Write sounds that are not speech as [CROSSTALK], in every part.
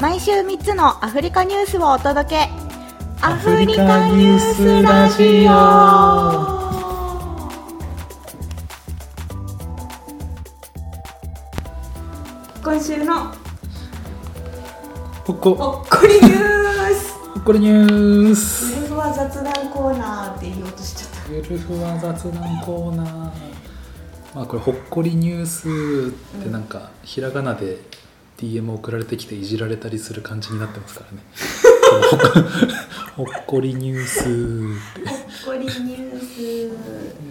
毎週3つのアフリカニュースをお届けアフリカニュースラジ今週のほっこ、ほっこりニュースほっこりニュース。ゆるふわ雑談コーナーって言おうとしちゃったゆるふわ雑談コーナー。まあ、これほっこりニュースって、なんか、ひらがなで。DM 送られてきていじられたりする感じになってますから [LAUGHS] ね。ほっこりニュースって。ほっこりニュースニュ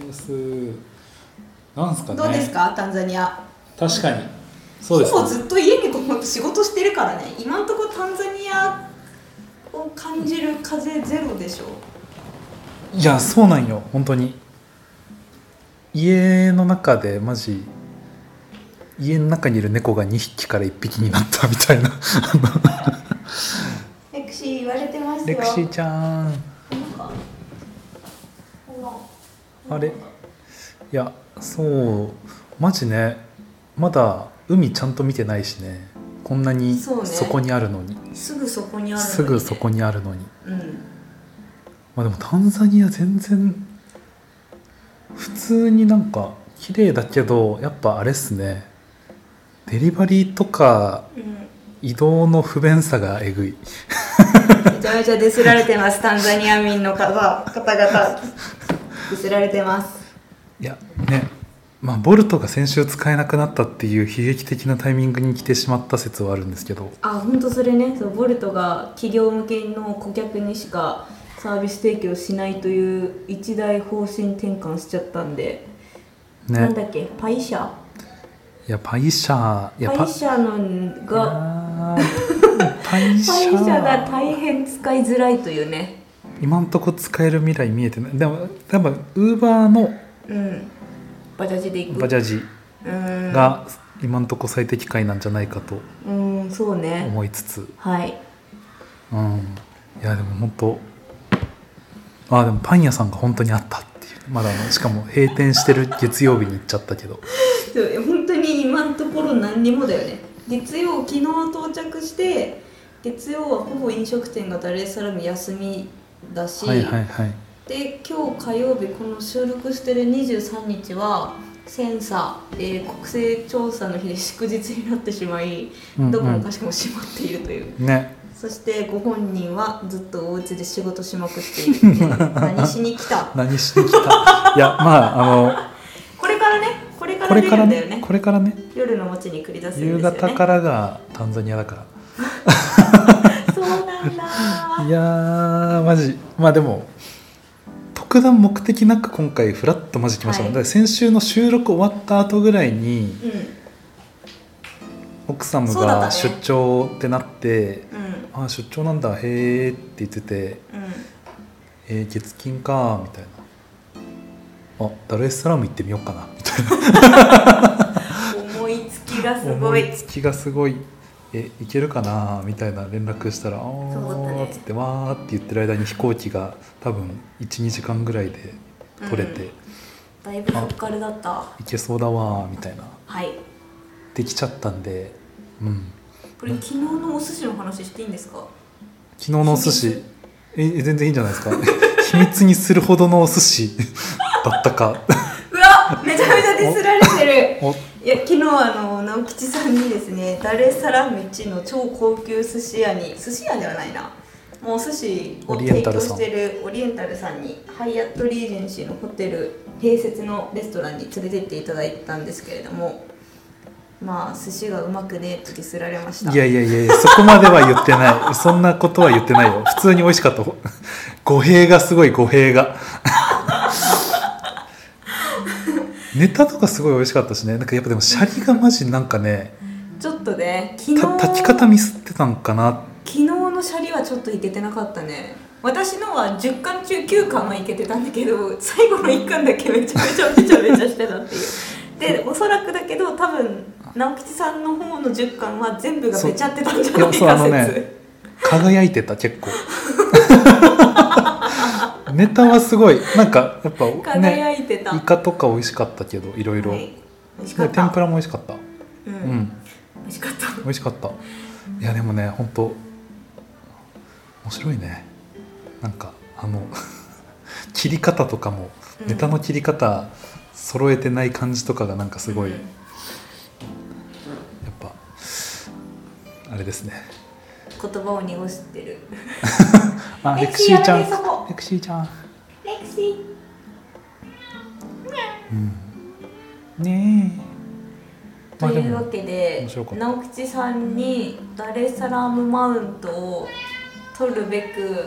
ース。なんすか [LAUGHS] ね。どうですかタンザニア確かに。そうです、ほぼね。ずっと家にこもって仕事してるからね今んとこタンザニアを感じる風ゼロでしょいやそうなんよ本当に家の中でマジ家の中にいる猫が2匹から1匹になったみたいなあレクシー言われてまのすレよクシーちゃんなんかほらあれいやそうマジねまだ海ちゃんと見てないしねこんなにそうねそこにあるのに、すぐそこにあるのにねすぐそこにあるのにうんまあでもタンザニア全然普通になんか綺麗だけどやっぱあれっすねデリバリーとかうん移動の不便さがえぐいめちゃめちゃディスられて [LAUGHS] ますタンザニア民の方々ディスられてますいやねまあボルトが先週使えなくなったっていう悲劇的なタイミングに来てしまった説はあるんですけどあ本当それねそうボルトが企業向けの顧客にしかサービス提供しないという一大方針転換しちゃったんで、なんねだっけパイシャいやパイシャーいやパイシャのがあーパイシパイシャャがー大変使いづらいというね今んとこ使える未来見えてないでも多分ウーバーのうんバジャジで行くバジャジうんが今のとこ最適解なんじゃないかとうんそうね思いつつ、はいうん、いやでも本当あでもパン屋さんが本当にあったっていうまだあのしかも閉店してる月曜日に行っちゃったけどそう本当に今のところ何にもだよね月曜昨日到着して月曜はほぼ飲食店が誰さらも休みだし、はいはいはいで今日火曜日この収録してる23日はセンサー、えー国勢調査の日で祝日になってしまいうんうんどこもかしこも閉まっているという、ねそしてご本人はずっとお家で仕事しまくっているっていう [LAUGHS] 何しに来た何しに来た [LAUGHS] いやまああこれからねこれかのこら出れからるんだよねねこれからね夜の街に繰り出すんですよね夕方からがタンザニアだかそうなんだらいやーマジまあでも特段目的なく今回フラッとマジ来ましたもん、はいだから先週の収録終わった後ぐらいにう奥様そうだったねが出張ってなって、んうんあ出張なんだへえって言っててうえー、月金かみたいなあダルエスラム行ってみようかなみたいん思いつきがすなご思いいつきがすごいえ行けるかなみたいな連絡したら「あそうだったーねつって「わー」って言ってる間に飛行機が多分12時間ぐらいで取れて、うんだいぶロッカルだった行けそうだわーみたいなはいできちゃったんでうんこれ昨日のお寿司の話していいんですか昨日のお寿秘司密ええ全然いいんじゃないですか [LAUGHS] 秘密にするほどのお寿司 [LAUGHS] だったかうわめちゃめちゃディスられておるいや昨日あの直吉さんにですねダレサラム1の超高級寿司屋に寿司屋ではないなもうお寿司をオリエ提ンタ供ルさんしてるオリエンタルさんにハイアットリージェンシーのホテル併設のレストランに連れてっていただいたんですけれどもまあ寿司がうまくねってディスられましたいやいやいやいやそこまでは言ってないそんなことは言ってないよ普通に美味しかったほ語弊がすごい語弊が [LAUGHS] ネタとかすごい美味しかったしねなんかやっぱでもシャリがマジなんかねちょっとね昨日た炊き方ミスってたんかな昨日のシャリはちょっといけてなかったね私のは10巻中9巻はいけてたんだけど最後の1巻だけめちゃめちゃめちゃめちゃしてたっていうでおそらくだけど多分直吉さんの方の10巻は全部がべちゃってたんじゃいないやそうあかの説、ね輝いてた結構 [LAUGHS] ネタはすごいなんかやっぱ輝ねいてた、イカとか美味しかったけどいろいろはい美味しかった天ぷらも美味しかったうんうん美味しかった美味しかったいやでもね本当面白いねなんかあの [LAUGHS] 切り方とかもうんネタの切り方揃えてない感じとかがなんかすごい、うんやっぱあれですね言葉を濁してるあレレククシシーーちゃやられそんうレクシーちゃんレクシーうんねえとまあでいうわもけで面白かった直吉さんにダレサラームマウントを取るべく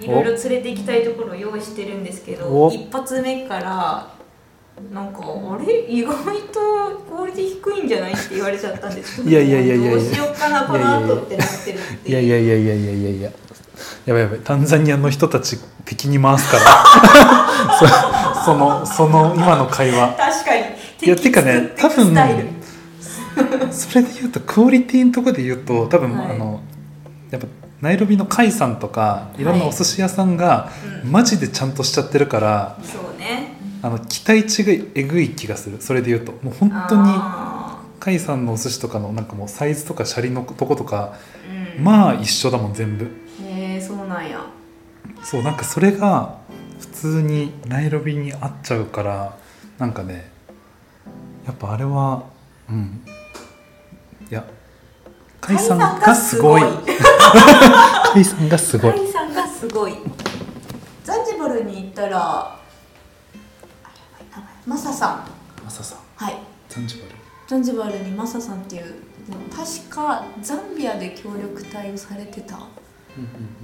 いろいろ連れて行きたいところを用意してるんですけどお一発目からなんかあれ意外とクオリティ低いんじゃないって言われちゃったんですけどいやいやいやいやいやどうしよっかなこの後ってなってるっていやいういやいやいやいやいやいややばいやばいタンザニアの人たち敵に回すから [LAUGHS] そそのその今の会話確かにいやてかね敵作ってくスタイルそれで言うとクオリティのとこで言うと多分、はいあのやっぱナイロビの甲斐さんとかいろんなお寿司屋さんが、うんマジでちゃんとしちゃってるからそうねあの期待値がえぐい気がするそれで言うともう本当にあ甲斐さんのお寿司とかのなんかもうサイズとかシャリのとことかーうん、まあ一緒だもん全部へえそうなんやそうなんかそれが普通にナイロビに合っちゃうからなんかねやっぱあれはうんいや甲斐さんがすごい甲斐さんがすごい甲斐さんがすごいカリ [LAUGHS] さんがすごいザンジバルに行ったらあれやばい名前マサさんマサさんはいザンジバルザンジバルにマサさんっていう確かザンビアで協力隊をされてたうんうん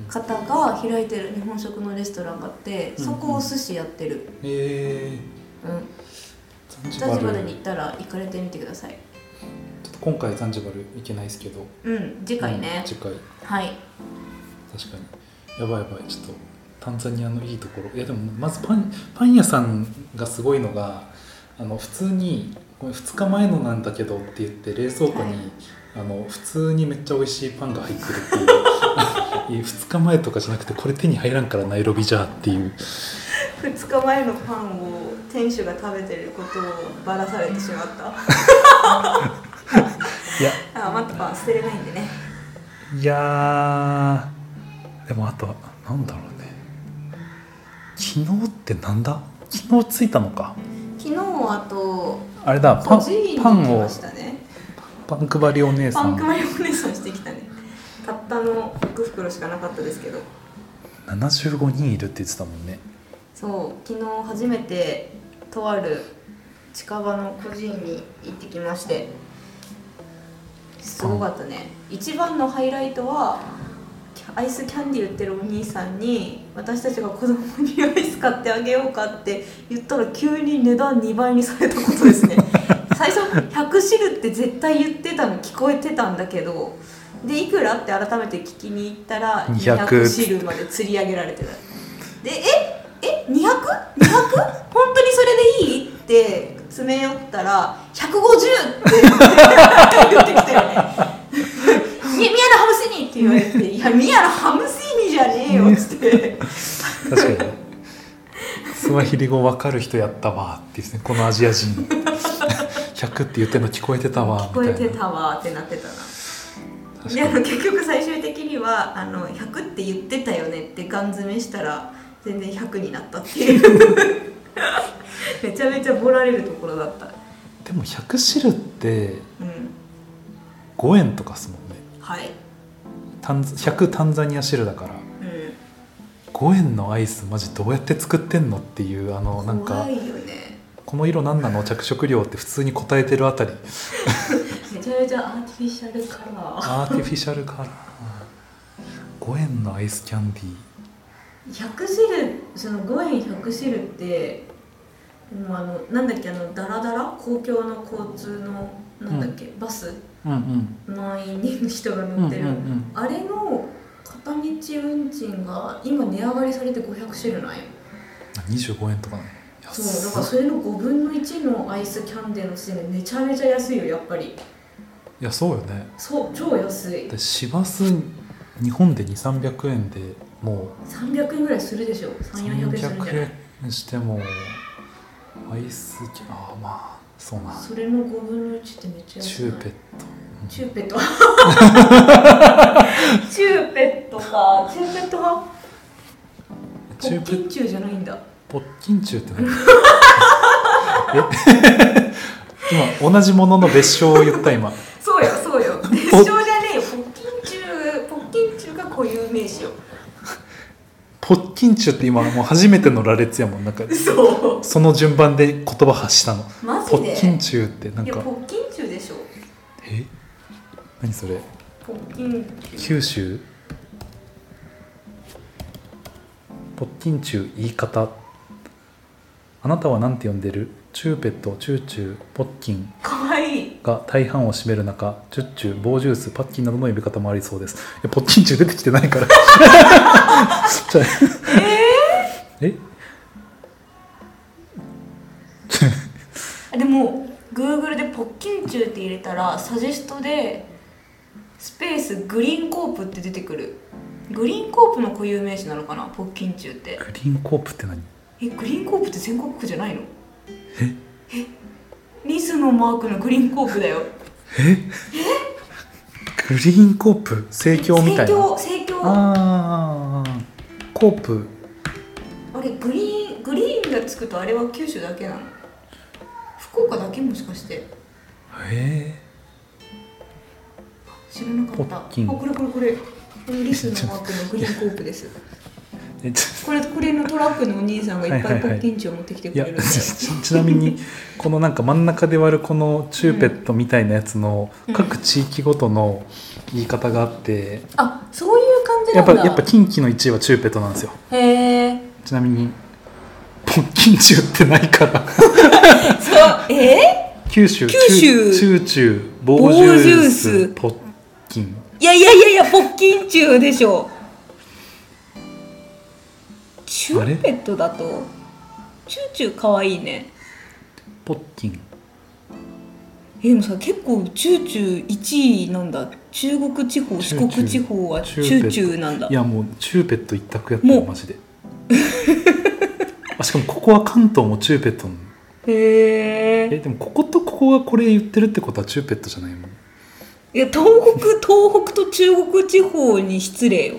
うん方が開いてる日本食のレストランがあってそこお寿司やってる、えうん、ー、ザザンンジジババルルに行ったら行かれてみてくださいちょっと今回ザンジバル行けないですけどうん次回ねうん、次回はい確かにやばいやばいちょっとタンザニアのいいところいやでもまずパンパン屋さんがすごいのがあの普通に「これ2日前のなんだけど」って言って冷蔵は庫に、いあの普通にめっちゃ美味しいパンが入ってるっていう [LAUGHS] いや2日前とかじゃなくてこれ手に入らんからナイロビじゃっていう2日前のパンを店主が食べてることをばらされてしまったいや [LAUGHS] あまたパン捨てれないんでねいやーでもあとはなんだろうね昨日ってなんだ昨日着いたのか昨日あとあれだパ個ン人にパ行きンをましたねパン配りお姉さパんンクマヨネーズをしてきたねたったの6袋しかなかったですけど75人いるって言ってたもんねそう昨日初めてとある近場の個人に行ってきましてすごかったね一番のハイライトはアイスキャンディー売ってるお兄さんに私たちが子供にアイス買ってあげようかって言ったら急に値段2倍にされたことですね最初100シルって絶対言ってたの聞こえてたんだけどでいくらって改めて聞きに行ったら200 200シルまで釣り上げられてたでええ 200?200? 本当にそれでいいって詰め寄ったら150って言ってきたよね「ミミヤのハムスニー」って言われて [LAUGHS] 「いやミヤのハムスニーじゃねえよ」っつって確かにスワヒリ語分かる人やったわってですねこのアジア人100って言ってんの聞こえてたわ聞こみたいえなてたわーってなってたな確であかのに結局最終的には「あの100って言ってたよね」ってガン詰めしたら全然100になったっていうめちゃめちゃボラれるところだったでも100シルってうん5円とかっすもんねはいタンザ100タンザニアシルだからう5円のアイスマジどうやって作ってんのっていうあのなんん怖かいよねこの色何なの着色料って普通に答えてるあ [LAUGHS] たりめちゃめちゃアーティフィシャルカラーアーティフィシャルカラー5円のアイスキャンディー100シルその5円100シルってもうあのなんだっけあのダラダラ公共の交通のなんだっけ、バスうんうん満員に人がうん乗うっんてる、うんあれの片道運賃が今値上がりされて500シルなんよ25円とかね安そいうだからそれの5分の1のアイスキャンデーの時点でめちゃめちゃ安いよやっぱりいやそうよねそう超安いで市バス日本で2300円でも300円ぐらいするでしょう3400円するんじゃない300円してもアイスキャああまあそうなそれの5分の1ってめっちゃ安いチューペットチューペ [LAUGHS] ットチューペットかチューペット派ポチュッーペキンチューじゃないんだポッキンチューっ [LAUGHS] て何え [LAUGHS] 今同じものの別称を言った今そうよそうよ別称じゃねえよポッキンチューポッキンチューが固有名詞よポッキンチューって今もう初めての羅列やもんなんか嘘その順番で言葉発したのマジでポッキンチューってなんいやかポッキンチューでしょえ何それポッキンチュー九州ポッキンチュー言い方あなたは何て呼んでるチューペットチューチューポッキンかわいいが大半を占める中チュッチュ棒ジュースパッキンなどの呼び方もありそうですいやポッキンチュー出てきてないから [LAUGHS] じゃあえあでも Google でポッキンチューって入れたらサジェストでスペースグリーンコープって出てくるグリーンコープの固有名詞なのかなポッキンチューってグリーンコープって何えグリーンコープって全国区じゃないのええリスのマークのグリーンコープだよグリーンコープ生協みたい盛な況盛況あーコープあれグリーングリーンがつくとあれは九州だけなの福岡だけもしかしてえ知らなかったポッキンあこれこれこれこれリスのマークのグリーンコープですーえちこれこれのトラックのお兄さんがいっはいはぱいいポはいッキンチューを持ってきてくいれやるんだ [LAUGHS] よちちなみにこのなんか真ん中で割るこのチューペットみたいなやつの各地域ごとの言い方があってあそういう感じやなっんだぱやっぱ近畿の1位はチューペットなんですよへえちなみにポッキンチューってないからそうえ九州 [LAUGHS] 九州チューチュー棒ジュー棒スジュースポッキンー、いやいやいやいやポッキンチューでしょチューペットだとチューチューかわいいねポッキンえでもさ結構チューチュー1位なんだ中国地方チ四ューチュー国地方はチューチューなんだいやもうチューペット一択やったよもうマジであしかもここは関東もチューペットなのへええでもこことここがこれ言ってるってことはチューペットじゃないもんいや東北東北と中国地方に失礼よ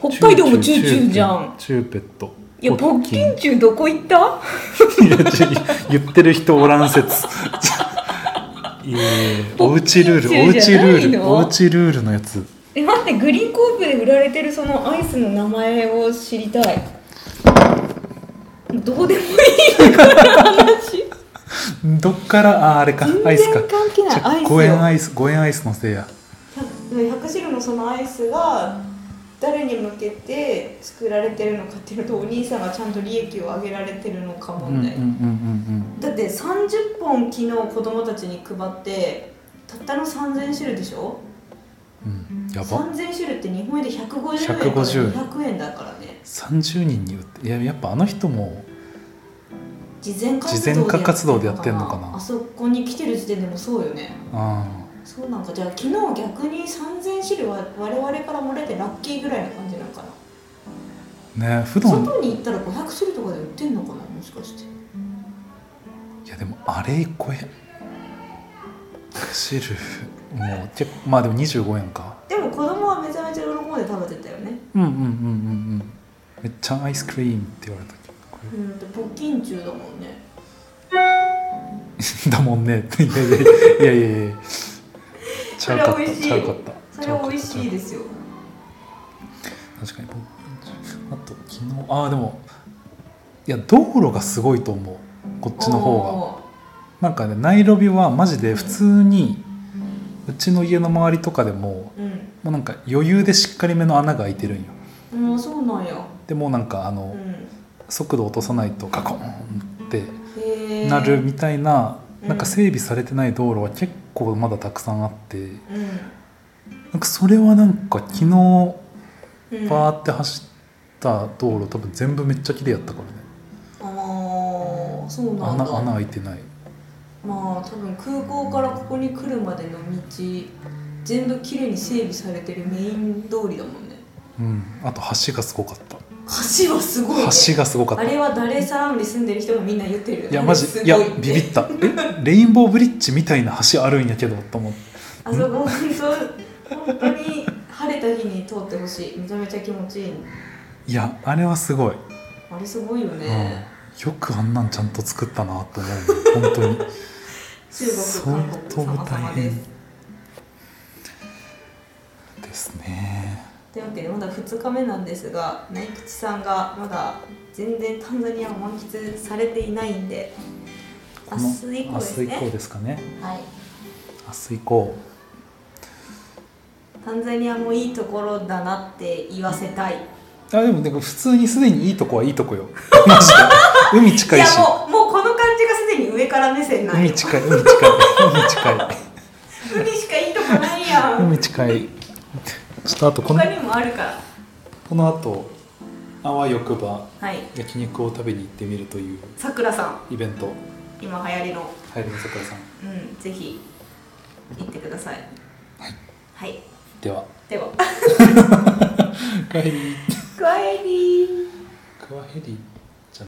北海道もチューチューじゃんチューペットいやポッキンチューどこ行ったい [LAUGHS] やちょ言ってる人おらん説 [LAUGHS] いえいえおうちルールおポうッキンちチューじゃないルールのおうちルールのやつえ待ってグリーンコープで売られてるそのアイスの名前を知りたいどうでもいいから話どっからああれかアイ全スか然関係ないアイスよ5円アイス5円アイスのせいや百汁のそのアイスが誰に向けて作られてるのかっていうとお兄さんがちゃんと利益を上げられてるのかうん問うんうん題、だって30本昨日子供たちに配ってたったの3000種類でしょうんうんやば3000種類って日本円で150円から150 200円だからね30人に売っていややっぱあの人も事前事前化活動でやってんのかなあそこに来てる時点でもそうよねあそうなんかじゃあ昨日逆に3000種類は我々から漏れてラッキーぐらいな感じなのかなーね普段外に行ったら500種類とかで売ってんのかなもしかしていやでもあれ5円シルもう結構まあでも25円かでも子供はめちゃめちゃ喜んで食べてたよねうんうんうんうんうんめっちゃアイスクリームって言われたけどこうんでポッキン中だもんねれ [LAUGHS] だもんねいやいやいやいやいやちゃうかそっれ美た味しいちゃうかったそれは美味しいですよ確かにあと昨日ああでもいや道路がすごいと思うこっちの方がおーなんかねナイロビはマジで普通にうちの家の周りとかでもうんもうなんか余裕でしっかりめの穴が開いてるんようんそうなんやでもうなんかあの、うん速度落とさないとガコーンってへーなるみたいな、うんなんか整備されてない道路は結構まだたくさんあってうなんかそれはなんか昨日んうんバーって走った道路多分全部めっちゃ綺麗やったからねああそうなんだ穴穴開いてないまあ多分空港からここに来るまでの道全部きれいに整備されてるメイン通りだもんねうんあと橋がすごかった橋はすごいね、橋がすごかったあれは誰サラムに住んでる人もみんな言ってるいやマジすごいやってビビったえレインボーブリッジみたいな橋あるんやけどと思ってあそこ本当本当に晴れた日に通ってほしいめちゃめちゃ気持ちいいのいやあれはすごい、あれすごいようん、ね、よくあんなんちゃんと作ったなと思う本当中国に韓国相様当大々で変すですねというわけでまだ2日目なんですが内口さんがまだ全然タンザニアを満喫されていないんで明日以降です明日以降ねですかねはい明日以降タンザニアもいいところだなって言わせたいあでもなんか普通にすでにいいとこはいいとこよ [LAUGHS] マジで海近いいやしもうもうこの感じがすでに上から目線なんよ海近い海近い海近い海しかいいとこないやん海近いちょっとあとこの他にもあるからこの後あわよくばはい焼肉を食べに行ってみるというさくらさんイベント今流行りの入りの桜さんうんぜひ行ってくださいはい、ではでは [LAUGHS] クワヘリクワイリークワヘリ